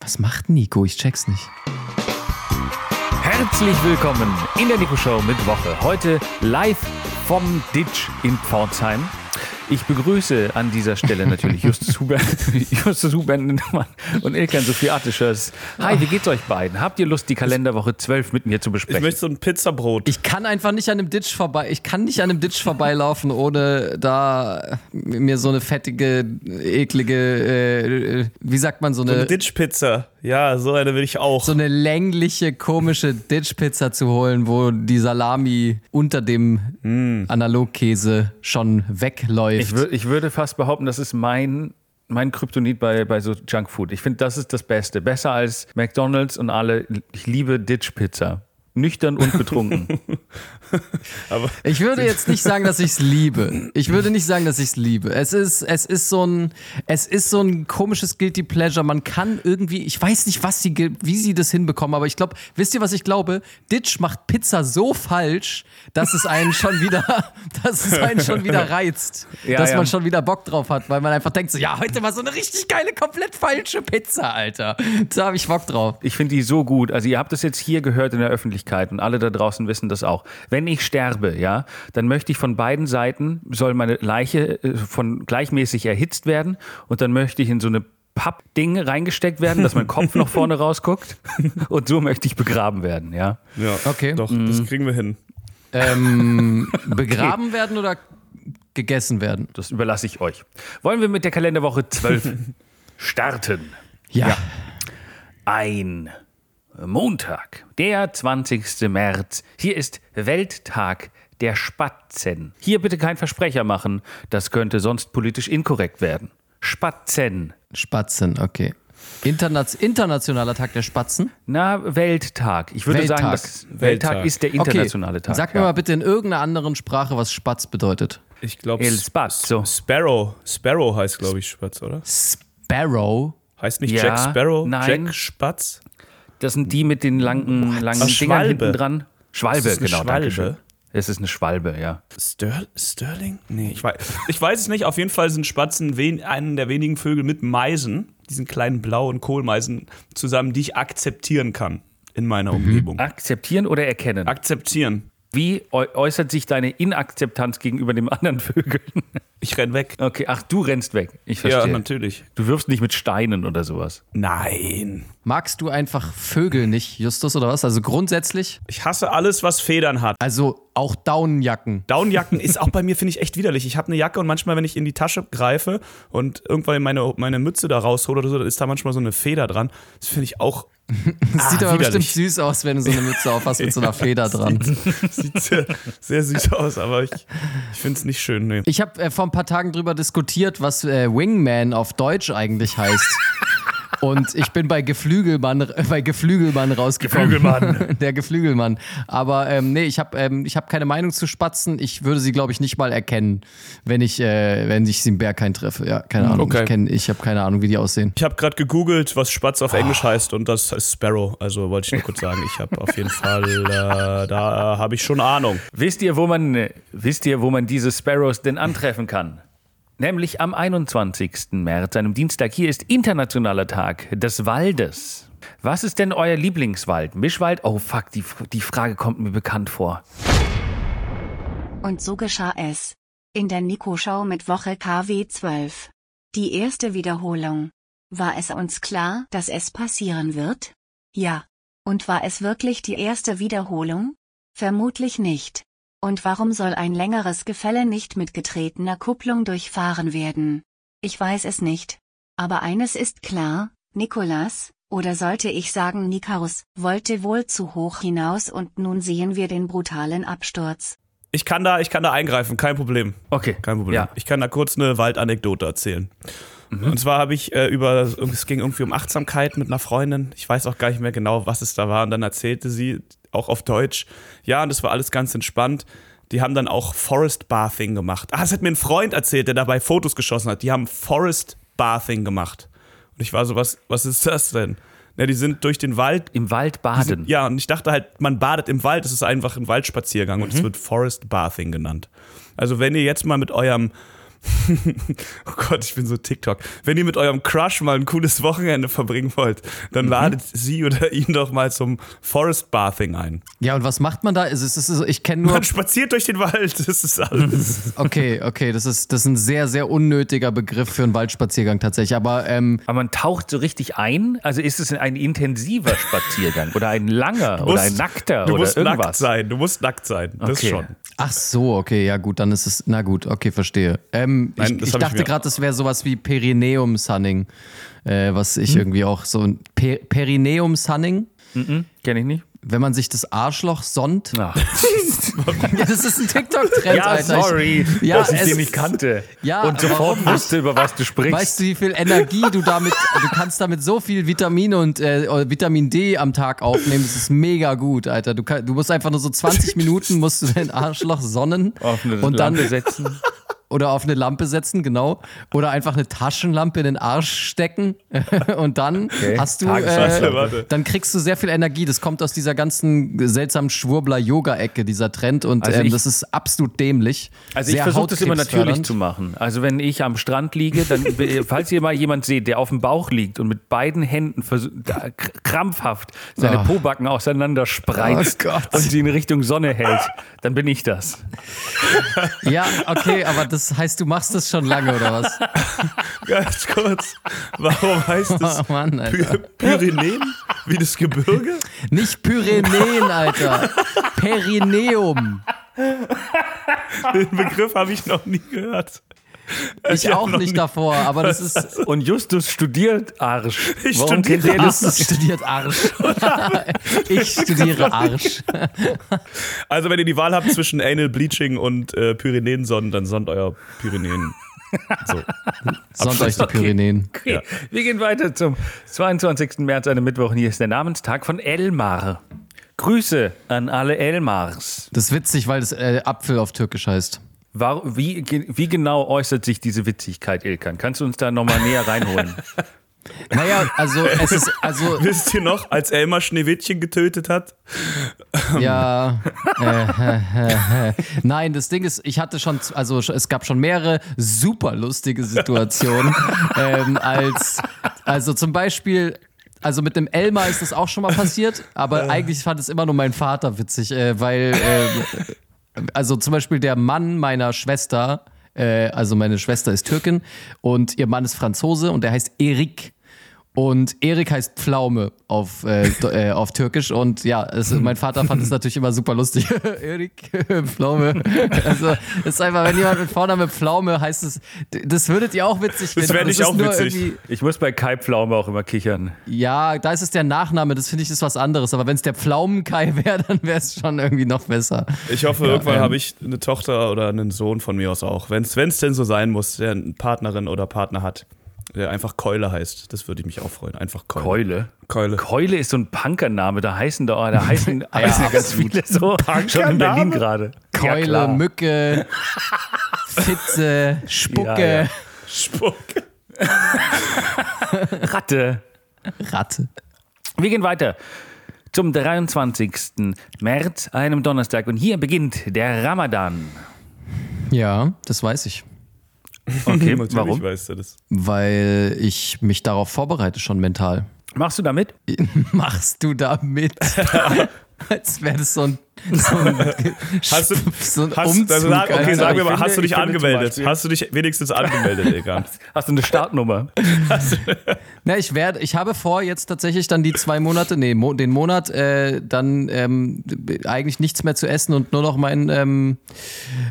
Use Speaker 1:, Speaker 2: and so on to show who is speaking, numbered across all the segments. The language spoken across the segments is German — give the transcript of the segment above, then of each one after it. Speaker 1: Was macht Nico? Ich check's nicht.
Speaker 2: Herzlich willkommen in der Nico Show mit Woche. Heute live vom Ditch in Pforzheim. Ich begrüße an dieser Stelle natürlich Justus Hubert, Justus Hubert Nindemann und Ilkan Sophie Artischers. Hi, wie geht's euch beiden? Habt ihr Lust, die Kalenderwoche 12 mit mir zu
Speaker 3: Ich
Speaker 2: besprechen?
Speaker 3: möchte so ein Pizzabrot.
Speaker 1: Ich kann einfach nicht an einem Ditch vorbei. Ich kann nicht an einem Ditch vorbeilaufen, ohne da mir so eine fettige, eklige, äh, äh, wie sagt man, so eine,
Speaker 3: Ditch-Pizza. Ja, so eine will ich auch.
Speaker 1: so eine längliche, komische Ditch-Pizza zu holen, wo die Salami unter dem Analogkäse schon wegläuft.
Speaker 2: Ich, wür- ich würde fast behaupten, das ist mein, mein Kryptonit bei, bei so Junkfood. Ich finde, das ist das Beste. Besser als McDonalds und alle. Ich liebe Ditch-Pizza. Nüchtern und betrunken.
Speaker 1: Ich würde jetzt nicht sagen, dass ich es liebe. Ich würde nicht sagen, dass ich es liebe. Es ist, es ist so ein, es ist so ein komisches guilty pleasure. Man kann irgendwie, ich weiß nicht, was sie, ge- wie sie das hinbekommen, aber ich glaube, wisst ihr, was ich glaube? Ditch macht Pizza so falsch, dass es einen schon wieder, dass es einen schon wieder reizt,
Speaker 2: Ja,
Speaker 1: dass
Speaker 2: ja.
Speaker 1: man schon wieder Bock drauf hat, weil man einfach denkt so, ja, heute mal so eine richtig geile, komplett falsche Pizza, Alter. Da habe ich Bock drauf.
Speaker 2: Ich finde die so gut. Also ihr habt das jetzt hier gehört in der Öffentlichkeit und alle da draußen wissen das auch. Wenn ich sterbe, ja, dann möchte ich von beiden Seiten, soll meine Leiche äh, von gleichmäßig erhitzt werden und dann möchte ich in so eine Pappding reingesteckt werden, dass mein Kopf noch vorne rausguckt und so möchte ich begraben werden, ja.
Speaker 3: Ja,
Speaker 1: Okay. Mhm.
Speaker 3: Doch, das kriegen wir hin.
Speaker 1: Ähm, begraben werden oder gegessen werden?
Speaker 2: Das überlasse ich euch. Wollen wir mit der Kalenderwoche 12 starten?
Speaker 1: ja.
Speaker 2: Ein Montag, der 20. März. Hier ist Welttag der Spatzen. Hier bitte kein Versprecher machen, das könnte sonst politisch inkorrekt werden. Spatzen.
Speaker 1: Spatzen, okay. Internaz internationaler Tag der Spatzen.
Speaker 2: Na, Welttag. Ich würde
Speaker 1: Welttag.
Speaker 2: sagen, das Welttag,
Speaker 3: Welttag.
Speaker 2: ist der internationale
Speaker 1: okay.
Speaker 2: Tag.
Speaker 1: Sag mir mal bitte in irgendeiner anderen Sprache, was Spatz bedeutet.
Speaker 3: Ich glaube,
Speaker 2: El Spazio.
Speaker 3: Sparrow. Sparrow heißt, glaube ich, Spatz, oder?
Speaker 1: Sparrow.
Speaker 3: Heißt nicht
Speaker 2: Ja,
Speaker 3: Jack Sparrow?
Speaker 2: nein.
Speaker 3: Jack Spatz?
Speaker 2: Das sind die mit den langen, langen
Speaker 3: Ach,
Speaker 2: Dingern
Speaker 3: Schwalbe.
Speaker 2: hinten dran. Schwalbe,
Speaker 3: Ist das eine
Speaker 2: genau. danke schön.
Speaker 3: Schwalbe?
Speaker 2: Es ist eine Schwalbe, ja.
Speaker 3: Sterl Sterling? Nee, ich weiß, ich weiß es nicht. Auf jeden Fall sind Spatzen wen, einen der wenigen Vögel mit Meisen, diesen kleinen blauen Kohlmeisen, zusammen, die ich akzeptieren kann in meiner
Speaker 1: Mhm.
Speaker 3: Umgebung.
Speaker 1: Ah.
Speaker 2: Akzeptieren oder erkennen?
Speaker 3: Akzeptieren.
Speaker 2: Wie äu äußert sich deine Inakzeptanz gegenüber dem anderen Vögeln?
Speaker 3: Ich renn weg.
Speaker 2: Okay, ach, du rennst weg. Ich
Speaker 3: Ja,
Speaker 2: verstehe.
Speaker 3: natürlich.
Speaker 2: du wirfst nicht mit Steinen oder sowas.
Speaker 3: Nein.
Speaker 1: Magst du einfach Vögel nicht, Justus, oder was? Also grundsätzlich,
Speaker 3: Ich hasse alles, was Federn hat.
Speaker 1: also auch Daunenjacken.
Speaker 3: Downjacken ist auch bei mir, finde ich, echt widerlich. Ich habe eine Jacke und manchmal, wenn ich in die Tasche greife und irgendwann meine, meine Mütze da raushole oder so, dann ist da manchmal so eine Feder dran. Das finde ich auch.
Speaker 1: Das sieht aber
Speaker 3: Ah, widerlich.
Speaker 1: bestimmt süß aus, wenn du so eine Mütze aufhast mit so einer Feder dran.
Speaker 3: Sieht sehr, sehr süß aus, aber ich, ich finde es nicht schön. Nee.
Speaker 1: Ich habe äh, vor ein paar Tagen drüber diskutiert, was äh, Wingman auf Deutsch eigentlich heißt. Und ich bin bei Geflügelmann, äh, bei Geflügelmann rausgekommen. Geflügelmann. Der Geflügelmann. Aber ähm, nee, ich habe ähm, ich hab keine Meinung zu Spatzen. Ich würde sie, glaube ich, nicht mal erkennen, wenn ich, äh, wenn ich sie im Berghain treffe. Ja, keine Ahnung.
Speaker 3: Okay.
Speaker 1: Ich, kenn- ich habe keine Ahnung, wie die aussehen.
Speaker 3: Ich habe gerade gegoogelt, was Spatz auf
Speaker 1: Ah.
Speaker 3: Englisch heißt und das heißt Sparrow. Also wollte ich nur kurz sagen, ich habe auf jeden Fall, äh, da habe ich schon Ahnung.
Speaker 2: Wisst ihr, wo man, wisst ihr, wo man diese Sparrows denn antreffen kann? Nämlich am 21. März, einem Dienstag. Hier ist Internationaler Tag des Waldes. Was ist denn euer Lieblingswald? Mischwald? Oh fuck, die, die Frage kommt mir bekannt vor.
Speaker 4: Und so geschah es. In der Nico-Show mit Woche KW 12. Die erste Wiederholung. War es uns klar, dass es passieren wird? Ja. Und war es wirklich die erste Wiederholung? Vermutlich nicht. Und warum soll ein längeres Gefälle nicht mit getretener Kupplung durchfahren werden? Ich weiß es nicht. Aber eines ist klar, Nikolas, oder sollte ich sagen Nikarus, wollte wohl zu hoch hinaus und nun sehen wir den brutalen Absturz.
Speaker 3: Ich kann da, ich kann da eingreifen, kein Problem.
Speaker 2: Okay.
Speaker 3: Kein Problem.
Speaker 2: Ja. Mhm.
Speaker 3: Ich kann da kurz eine Waldanekdote erzählen. Und zwar habe ich äh, über, es ging irgendwie um Achtsamkeit mit einer Freundin. Ich weiß auch gar nicht mehr genau, was es da war. Und dann erzählte sie auch auf Deutsch, ja, und das war alles ganz entspannt. Die haben dann auch Forest Bathing gemacht. Ah, das hat mir ein Freund erzählt, der dabei Fotos geschossen hat. Die haben Forest Bathing gemacht. Und ich war so, was, was ist das denn? Na, die sind durch den Wald
Speaker 2: Im Wald baden.
Speaker 3: ja, und ich dachte halt, man badet im Wald, es ist einfach ein Waldspaziergang und es wird Forest Bathing genannt. Also wenn ihr jetzt mal mit eurem oh Gott, ich bin so TikTok. Wenn ihr mit eurem Crush mal ein cooles Wochenende verbringen wollt, dann ladet sie oder ihn doch mal zum Forest Bathing ein.
Speaker 1: Ja, und was macht man da? Es ist, es ist, ich kenne nur.
Speaker 3: Man spaziert durch den Wald, das ist alles.
Speaker 1: Okay, okay, das ist, das ist ein sehr, sehr unnötiger Begriff für einen Waldspaziergang tatsächlich. Aber ähm,
Speaker 2: Aber man taucht so richtig ein? Also ist es ein intensiver Spaziergang oder ein langer oder ein nackter
Speaker 3: du
Speaker 2: oder
Speaker 3: musst
Speaker 2: irgendwas?
Speaker 3: nackt sein, du musst nackt sein, das
Speaker 2: Okay.
Speaker 3: schon.
Speaker 1: ach so, okay, ja gut, dann ist es. Na gut, okay, verstehe. Ähm,
Speaker 3: Nein,
Speaker 1: ich,
Speaker 3: das
Speaker 1: ich
Speaker 3: hab ich
Speaker 1: dachte
Speaker 3: mir-
Speaker 1: gerade, das wäre sowas wie Perineum-Sunning, äh, was ich irgendwie auch so ein per Perineum-Sunning.
Speaker 2: Kenne ich nicht.
Speaker 1: Wenn man sich das Arschloch sonnt.
Speaker 2: Ach.
Speaker 1: Ja, das ist ein TikTok-Trend,
Speaker 2: Ja,
Speaker 1: Alter. also Ich-
Speaker 2: sorry,
Speaker 1: Ja,
Speaker 2: dass ich
Speaker 1: es-
Speaker 2: den nicht kannte.
Speaker 1: Ja,
Speaker 2: und sofort wusste, über was du sprichst.
Speaker 1: Weißt du, wie viel Energie du damit, du kannst damit so viel Vitamine und äh, oder Vitamin D am Tag aufnehmen. Das ist mega gut, Alter. Du, kann, du musst einfach nur so 20 Minuten musst du dein Arschloch sonnen
Speaker 2: auf eine
Speaker 1: und dann
Speaker 2: Lampe setzen.
Speaker 1: oder auf eine Lampe setzen, genau, oder einfach eine Taschenlampe in den Arsch stecken und dann hast du,
Speaker 2: Tagesschlaflampe.
Speaker 1: äh,
Speaker 3: Warte.
Speaker 1: dann kriegst du sehr viel Energie. Das kommt aus dieser ganzen seltsamen Schwurbler-Yoga-Ecke dieser Trend und
Speaker 2: Also
Speaker 1: ähm,
Speaker 2: ich-
Speaker 1: das ist absolut dämlich.
Speaker 2: Also ich
Speaker 1: Sehr
Speaker 2: versuche das immer natürlich
Speaker 1: hautkrebsfördernd.
Speaker 2: zu machen. Also wenn ich am Strand liege, dann falls ihr mal jemand seht, der auf dem Bauch liegt und mit beiden Händen versuch- da k- krampfhaft seine
Speaker 1: Ah.
Speaker 2: Pobacken auseinander spreizt
Speaker 1: Oh Gott.
Speaker 2: und sie in Richtung Sonne hält, dann bin ich das.
Speaker 1: Ja, okay, aber das heißt, du machst das schon lange oder was?
Speaker 3: Ganz kurz, warum heißt es
Speaker 1: Oh Mann, Alter.
Speaker 3: Py Pyrenäen? Wie das Gebirge?
Speaker 1: Nicht Pyrenäen, Alter. Perineum.
Speaker 3: Den Begriff habe ich noch nie gehört.
Speaker 1: Ich,
Speaker 3: hab
Speaker 1: auch
Speaker 3: noch
Speaker 1: nicht
Speaker 3: nie-
Speaker 1: davor, aber das ist.
Speaker 2: Und Justus studiert Arsch.
Speaker 3: Ich
Speaker 2: Warum
Speaker 3: studiere
Speaker 2: kennt ihr das?
Speaker 1: Justus studiert Arsch. Ich studiere Arsch.
Speaker 3: Also, wenn ihr die Wahl habt zwischen Anal Bleaching und äh, Pyrenäensonnen, dann sonnt euer Pyrenäen. So.
Speaker 1: Sonnt euch die
Speaker 2: Okay.
Speaker 1: Pyrenäen.
Speaker 2: Okay, wir gehen weiter zum 22. März, einem Mittwoch. Und hier ist der Namenstag von Elmar. Grüße an alle Elmars.
Speaker 1: Das ist witzig, weil das äh, Apfel auf Türkisch heißt.
Speaker 2: War, wie, ge- wie genau äußert sich diese Witzigkeit, Ilkan? Kannst du uns da nochmal näher reinholen?
Speaker 1: Naja, also es ist, also
Speaker 3: Wisst ihr noch, als Elmar Schneewittchen getötet hat?
Speaker 1: Ja. äh, äh, äh. Nein, das Ding ist, ich hatte schon, also sch- es gab schon mehrere super lustige Situationen, ähm, als, also zum Beispiel. Also mit dem Elmar ist das auch schon mal passiert, aber eigentlich fand es immer nur mein Vater witzig, äh, weil ähm, also zum Beispiel der Mann meiner Schwester, äh, also meine Schwester ist Türkin und ihr Mann ist Franzose und der heißt Erik. Und Erik heißt Pflaume auf, äh, do- äh, auf Türkisch. Und ja, es, mein Vater fand es natürlich immer super lustig. Erik, Pflaume. Also, es ist einfach, wenn jemand mit Vorname Pflaume heißt, es, d- das würdet ihr auch witzig finden.
Speaker 3: fänd
Speaker 1: aber
Speaker 3: ich
Speaker 1: ist
Speaker 3: auch
Speaker 1: nur
Speaker 3: witzig.
Speaker 1: irgendwie-
Speaker 2: Ich muss bei Kai Pflaume auch immer kichern.
Speaker 1: Ja, da ist es der Nachname, das finde ich ist was anderes. Aber wenn es der Pflaumenkai wäre, dann wäre es schon irgendwie noch besser.
Speaker 3: Ich hoffe, irgendwann habe ich eine Tochter oder einen Sohn von mir aus auch. Wenn es denn so sein muss, der eine Partnerin oder Partner hat, der einfach Keule heißt. Das würde ich mich auch freuen. Einfach Keule.
Speaker 2: Keule.
Speaker 3: Keule.
Speaker 2: Keule ist so ein Punkername. Da heißen da, da heißen, heißen ja ganz
Speaker 1: absolut.
Speaker 2: viele so. Schon in Berlin gerade. ja,
Speaker 1: Keule,
Speaker 2: klar.
Speaker 1: Mücke, Fitze, Spucke,
Speaker 2: Ja, ja.
Speaker 3: Spuck.
Speaker 2: Ratte.
Speaker 1: Ratte.
Speaker 2: Wir gehen weiter zum 23. März, einem Donnerstag. Und hier beginnt der Ramadan.
Speaker 1: Ja, das weiß ich.
Speaker 2: Okay,
Speaker 3: Natürlich
Speaker 2: Mhm. warum?
Speaker 3: weißt du das.
Speaker 1: Weil ich mich darauf vorbereite, schon mental.
Speaker 2: Machst du damit?
Speaker 1: Machst du da mit? Als wäre das so ein, so ein,
Speaker 3: Hast du,
Speaker 1: so ein
Speaker 3: hast,
Speaker 1: Umzug.
Speaker 3: also sag, okay,
Speaker 1: Alter.
Speaker 3: sagen
Speaker 2: Ich
Speaker 3: wir mal,
Speaker 2: finde-
Speaker 3: hast du dich
Speaker 2: ich finde zum
Speaker 3: angemeldet?
Speaker 2: Beispiel-
Speaker 3: Hast du dich wenigstens angemeldet, Egan?
Speaker 2: Hast du eine Startnummer?
Speaker 1: Na, ich werde, ich habe vor, jetzt tatsächlich dann die zwei Monate, nee, Mo, den Monat, äh, dann ähm, b- eigentlich nichts mehr zu essen und nur noch mein, ähm,
Speaker 3: Mm.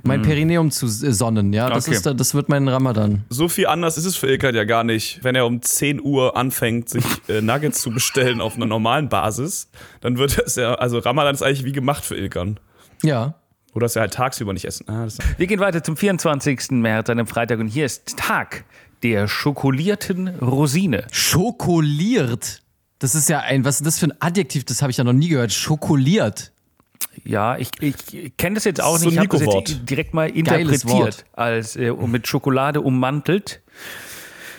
Speaker 1: mein Perineum zu s- sonnen. Ja, das,
Speaker 2: Okay.
Speaker 1: ist, da- das wird mein Ramadan.
Speaker 3: So viel anders ist es für Ilkan ja gar nicht. Wenn er um 10 Uhr anfängt, sich äh, Nuggets zu bestellen auf einer normalen Basis, dann wird das ja, also Ramadan ist eigentlich wie gemacht für Ilkan.
Speaker 1: Ja.
Speaker 3: Oder dass er halt tagsüber nicht essen. Ah, das
Speaker 2: Wir gehen weiter zum 24. März, einem Freitag. Und hier ist Tag der schokolierten Rosine.
Speaker 1: Schokoliert. Das ist ja ein, was ist das für ein Adjektiv? Das habe ich ja noch nie gehört. Schokoliert.
Speaker 2: Ja, ich, ich kenne das jetzt auch
Speaker 3: So
Speaker 2: nicht. Ich habe das
Speaker 3: Nico-Wort.
Speaker 2: jetzt direkt mal
Speaker 1: Geiles
Speaker 2: interpretiert
Speaker 1: Wort.
Speaker 2: als äh, mit Schokolade um ummantelt.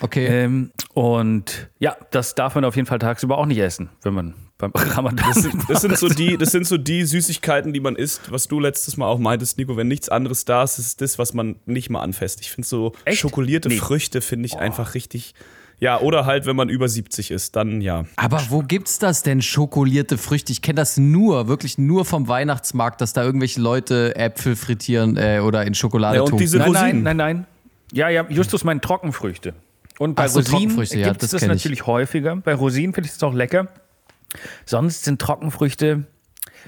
Speaker 1: Okay.
Speaker 2: Ähm, und ja, das darf man auf jeden Fall tagsüber auch nicht essen, wenn man beim Ramadan
Speaker 3: Das sind, das sind, so die, das sind so die Süßigkeiten, die man isst, was du letztes Mal auch meintest, Nico. Wenn nichts anderes da ist, ist das, was man nicht mal anfasst. Ich finde so
Speaker 2: Echt?
Speaker 3: schokolierte
Speaker 2: Nee.
Speaker 3: Früchte finde ich einfach richtig. Ja, oder halt, wenn man über 70 ist, dann ja.
Speaker 1: Aber wo gibt's das denn, schokolierte Früchte? Ich kenne das nur, wirklich nur vom Weihnachtsmarkt, dass da irgendwelche Leute Äpfel frittieren äh, oder in Schokolade
Speaker 3: Ja, und
Speaker 1: tun.
Speaker 3: diese-
Speaker 2: Nein, nein,
Speaker 3: Rosinen.
Speaker 2: nein, nein. Ja, ja, Justus meint Trockenfrüchte. Und bei
Speaker 1: Ach so,
Speaker 2: Rosinen gibt es
Speaker 1: Trockenfrüchte, ja, das
Speaker 2: das,
Speaker 1: kenn ich.
Speaker 2: natürlich häufiger. Bei Rosinen finde ich das auch lecker. Sonst sind Trockenfrüchte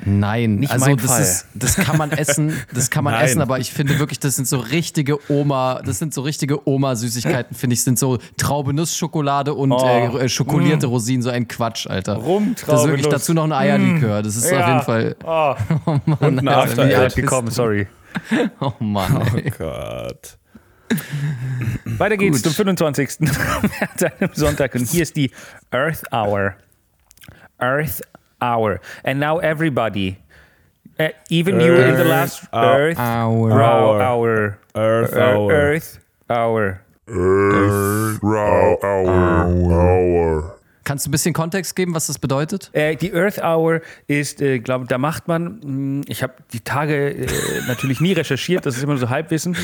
Speaker 1: Nein,
Speaker 2: Nicht
Speaker 1: also
Speaker 2: mein
Speaker 1: das
Speaker 2: Fall.
Speaker 1: ist, das kann man essen, das kann man
Speaker 3: Nein.
Speaker 1: essen, aber ich finde wirklich, das sind so richtige Oma, das sind so richtige Oma-Süßigkeiten, finde ich, sind so Traubenussschokolade und äh, äh, schokolierte Rosinen, so ein Quatsch, Alter.
Speaker 2: Rum,
Speaker 1: Das ist wirklich
Speaker 2: Traubenuss.
Speaker 1: dazu noch ein Eierlikör, das ist auf jeden Fall,
Speaker 2: Oh,
Speaker 3: Und ein
Speaker 1: Alter,
Speaker 3: After
Speaker 1: wie
Speaker 3: Eight.
Speaker 1: alt gekommen,
Speaker 2: sorry.
Speaker 1: oh Mann. Ey.
Speaker 3: Oh
Speaker 2: halt.
Speaker 3: Gott.
Speaker 2: Weiter geht's
Speaker 1: Gut.
Speaker 2: zum 25. März, einem Sonntag. Und hier ist die Earth Hour. Earth Hour. And now everybody, eh, even you in the last Earth,
Speaker 3: Earth
Speaker 1: Hour.
Speaker 2: Hour. Hour.
Speaker 3: Earth
Speaker 2: Eh,
Speaker 3: Hour.
Speaker 2: Earth Hour.
Speaker 1: Kannst du ein bisschen Kontext geben, was das bedeutet?
Speaker 2: Äh, die Earth Hour ist, äh, glaube da macht man, mh, ich habe die Tage äh, natürlich nie recherchiert, das ist immer so Halbwissen.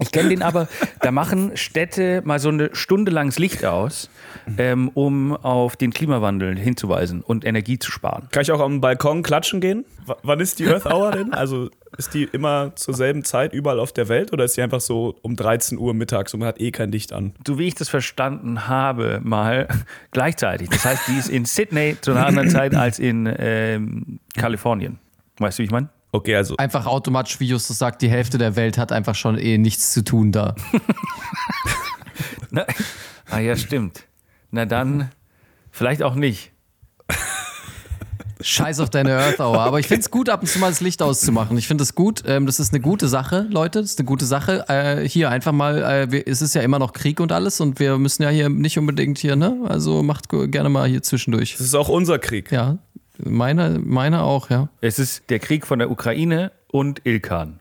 Speaker 2: Ich kenne den aber, da machen Städte mal so eine Stunde lang das Licht aus, ähm, um auf den Klimawandel hinzuweisen und Energie zu sparen.
Speaker 3: Kann ich auch am Balkon klatschen gehen? W wann ist die Earth Hour denn? Also ist die immer zur selben Zeit überall auf der Welt oder ist die einfach so um 13 Uhr mittags und man hat eh kein Licht an?
Speaker 2: So wie ich das verstanden habe, mal gleichzeitig. Das heißt, die ist in Sydney zu einer anderen Zeit als in ähm, Kalifornien. Weißt du, wie ich meine?
Speaker 3: Okay, also
Speaker 1: Einfach automatisch, wie Justus sagt, die Hälfte der Welt hat einfach schon eh nichts zu tun da.
Speaker 2: Na, ah ja, stimmt. Na dann, vielleicht auch nicht.
Speaker 1: Scheiß auf deine Earth Hour. Aber ich finde es gut, ab und zu mal das Licht auszumachen. Ich finde es gut. Ähm, das ist eine gute Sache, Leute. Das ist eine gute Sache. Äh, hier einfach mal, äh, wir, es ist ja immer noch Krieg und alles und wir müssen ja hier nicht unbedingt hier, ne? Also macht gu- gerne mal hier zwischendurch.
Speaker 3: das ist auch unser Krieg.
Speaker 1: Ja. Meine, meine auch, ja.
Speaker 2: Es ist der Krieg von der Ukraine und Ilkan.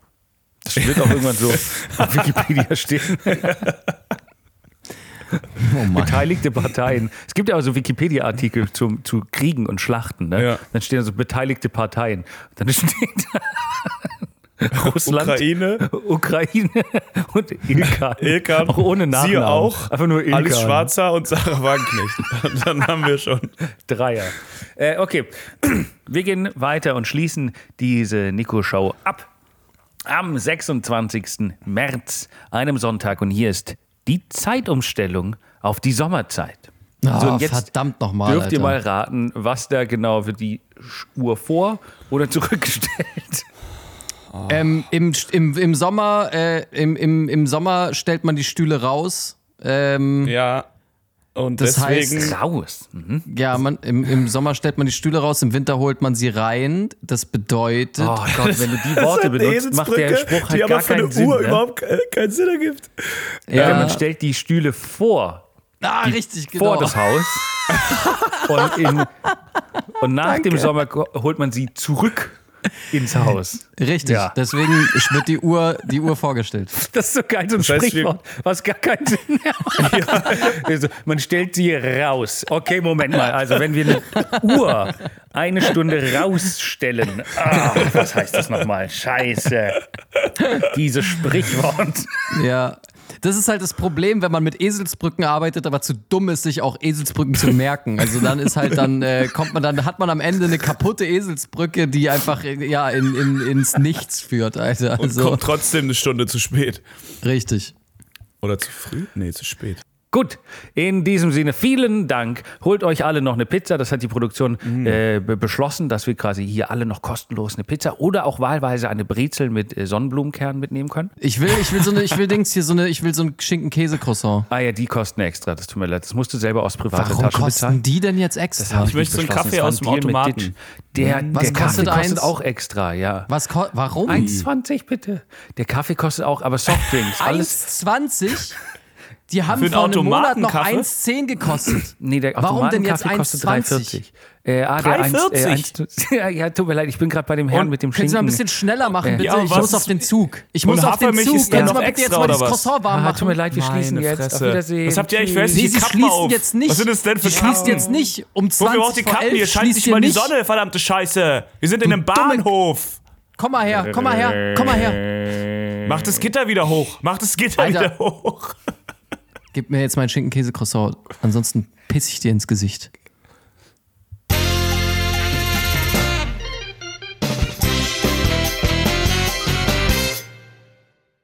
Speaker 2: Das wird auch irgendwann so auf Wikipedia stehen.
Speaker 1: Oh Mann.
Speaker 2: Beteiligte Parteien. Es gibt ja auch so Wikipedia-Artikel zum- zu Kriegen und Schlachten. Ne?
Speaker 3: Ja.
Speaker 2: Dann stehen da so beteiligte Parteien. Dann steht Russland,
Speaker 3: Ukraine,
Speaker 2: Ukraine und Ilkan.
Speaker 3: Ilkan,
Speaker 2: Auch ohne Nachnamen.
Speaker 3: Sie auch,
Speaker 2: Einfach nur Ilkan.
Speaker 3: Alice Schwarzer und Sarah Wagenknecht. Dann haben wir schon.
Speaker 2: Dreier. Äh, okay, wir gehen weiter und schließen diese Nico-Show ab. Am 26. März, einem Sonntag. Und hier ist die Zeitumstellung auf die Sommerzeit.
Speaker 1: Ah,
Speaker 2: und
Speaker 1: verdammt noch mal,
Speaker 2: Dürft
Speaker 1: Alter.
Speaker 2: ihr mal raten, was da genau für die Uhr vor- oder zurückgestellt?
Speaker 1: Ähm, im, im, Im Sommer, äh, im, im, im Sommer stellt man die Stühle raus. Ähm,
Speaker 3: Ja. Und
Speaker 1: Das
Speaker 3: deswegen.
Speaker 1: heißt-
Speaker 2: Raus. Mhm.
Speaker 1: ja, man, im, im Sommer stellt man die Stühle raus, im Winter holt man sie rein. Das bedeutet,
Speaker 2: Oh Gott, wenn du die Worte
Speaker 3: Eine
Speaker 2: benutzt, macht der
Speaker 3: Eselsbrücke,
Speaker 2: Spruch halt
Speaker 3: die
Speaker 2: gar
Speaker 3: aber für
Speaker 2: keinen
Speaker 3: eine
Speaker 2: Sinn.
Speaker 3: Uhr
Speaker 2: ne?
Speaker 3: überhaupt ke- keinen Sinn ergibt.
Speaker 2: ja.
Speaker 1: ja,
Speaker 2: Man stellt die Stühle vor.
Speaker 1: ah,
Speaker 2: die
Speaker 1: richtig, genau.
Speaker 2: vor das Haus. und, in, und nach dem Sommer ko- holt man sie zurück ins Haus.
Speaker 1: Richtig,
Speaker 2: Ja.
Speaker 1: deswegen wird die Uhr, die Uhr vorgestellt.
Speaker 2: Das ist so geil, so ein
Speaker 3: heißt, wir-
Speaker 2: Sprichwort, was gar keinen Sinn mehr macht. Also, man stellt sie raus. Okay, Moment mal. Also, wenn wir eine Uhr eine Stunde rausstellen. Ah, was heißt das nochmal? Scheiße. Dieses Sprichwort.
Speaker 1: Ja. Das ist halt das Problem, wenn man mit Eselsbrücken arbeitet, aber zu dumm ist, sich auch Eselsbrücken zu merken. Also dann ist halt dann, äh, kommt man dann, hat man am Ende eine kaputte Eselsbrücke, die einfach äh, ja in, in, ins Nichts führt, Alter.
Speaker 3: Und
Speaker 1: Also
Speaker 3: kommt trotzdem eine Stunde zu spät.
Speaker 1: richtig.
Speaker 3: Oder zu früh? Nee, zu spät.
Speaker 2: Gut, in diesem Sinne, vielen Dank. Holt euch alle noch eine Pizza. Das hat die Produktion äh, be- beschlossen, dass wir quasi hier alle noch kostenlos eine Pizza oder auch wahlweise eine Brezel mit äh, Sonnenblumenkernen mitnehmen können.
Speaker 1: Ich will, ich will so eine, ich will Dings hier so eine, ich will so ein Schinken-Käse-Croissant.
Speaker 2: Ah ja, die kosten extra. Das tut mir leid. Das musst du selber aus privater
Speaker 1: Warum
Speaker 2: Tasche bezahlen.
Speaker 1: kosten die denn jetzt extra?
Speaker 3: ich möchte so einen
Speaker 2: Beschlossen,
Speaker 3: Kaffee
Speaker 2: es war
Speaker 3: aus
Speaker 2: ein
Speaker 3: dem
Speaker 2: Deal mit
Speaker 3: Automaten.
Speaker 2: Ditch. Der, der
Speaker 1: Was kostet
Speaker 2: Kaffee Mhm. kostet
Speaker 1: eins?
Speaker 2: auch extra, ja.
Speaker 1: Was ko warum?
Speaker 2: 1,20 bitte. Der Kaffee kostet auch, aber Softdrinks, alles.
Speaker 1: 1,20? Die haben
Speaker 3: Für einen
Speaker 1: vor einem Monat noch
Speaker 3: Automatenkaffee?
Speaker 1: 1,10 gekostet.
Speaker 2: Nee, der
Speaker 1: Warum denn jetzt
Speaker 2: Automatenkaffee kostet
Speaker 1: 1,20?
Speaker 2: 3,40. Äh, ah, der
Speaker 3: 3,40?
Speaker 2: 1, äh, 1, ja, tut mir leid, ich bin gerade bei dem Herrn
Speaker 3: Und
Speaker 2: mit dem
Speaker 1: Können Sie mal ein
Speaker 2: Schinken.
Speaker 1: bisschen schneller machen, bitte?
Speaker 3: Ja, aber
Speaker 1: ich
Speaker 3: was
Speaker 1: muss
Speaker 3: ist-
Speaker 1: auf den Zug. Ich
Speaker 3: Und
Speaker 1: muss auf den
Speaker 3: Hafermilch
Speaker 1: Zug.
Speaker 3: ist dann
Speaker 1: Können Sie
Speaker 3: noch
Speaker 1: mal bitte jetzt
Speaker 3: extra,
Speaker 1: mal
Speaker 3: oder
Speaker 1: das
Speaker 3: was?
Speaker 1: Croissant warm
Speaker 2: Ah,
Speaker 1: machen.
Speaker 2: tut mir leid, wir schließen
Speaker 3: Meine
Speaker 2: jetzt. Auf
Speaker 3: Fresse.
Speaker 2: Wiedersehen.
Speaker 3: Was habt ihr eigentlich für
Speaker 1: Nee,
Speaker 3: hässliche
Speaker 1: sie
Speaker 3: Kappen
Speaker 1: schließen
Speaker 3: auf?
Speaker 1: jetzt nicht.
Speaker 3: Was sind es denn für
Speaker 1: Sie
Speaker 3: Kappen?
Speaker 1: schließen jetzt nicht. Um 20
Speaker 3: Wofür braucht die
Speaker 1: vor
Speaker 3: Kappen
Speaker 1: 11
Speaker 3: hier? Scheint
Speaker 1: schließt
Speaker 3: nicht
Speaker 1: ihr
Speaker 3: mal die
Speaker 1: nicht.
Speaker 3: Sonne, verdammte Scheiße. Wir sind in einem
Speaker 1: Du dumme-
Speaker 3: Bahnhof.
Speaker 1: Komm mal her, komm mal her, komm mal her.
Speaker 3: Mach das Gitter wieder hoch. Mach das Gitter
Speaker 1: Alter.
Speaker 3: wieder hoch.
Speaker 1: Gib mir jetzt mein Schinken-Käse-Croissant. Ansonsten piss ich dir ins Gesicht.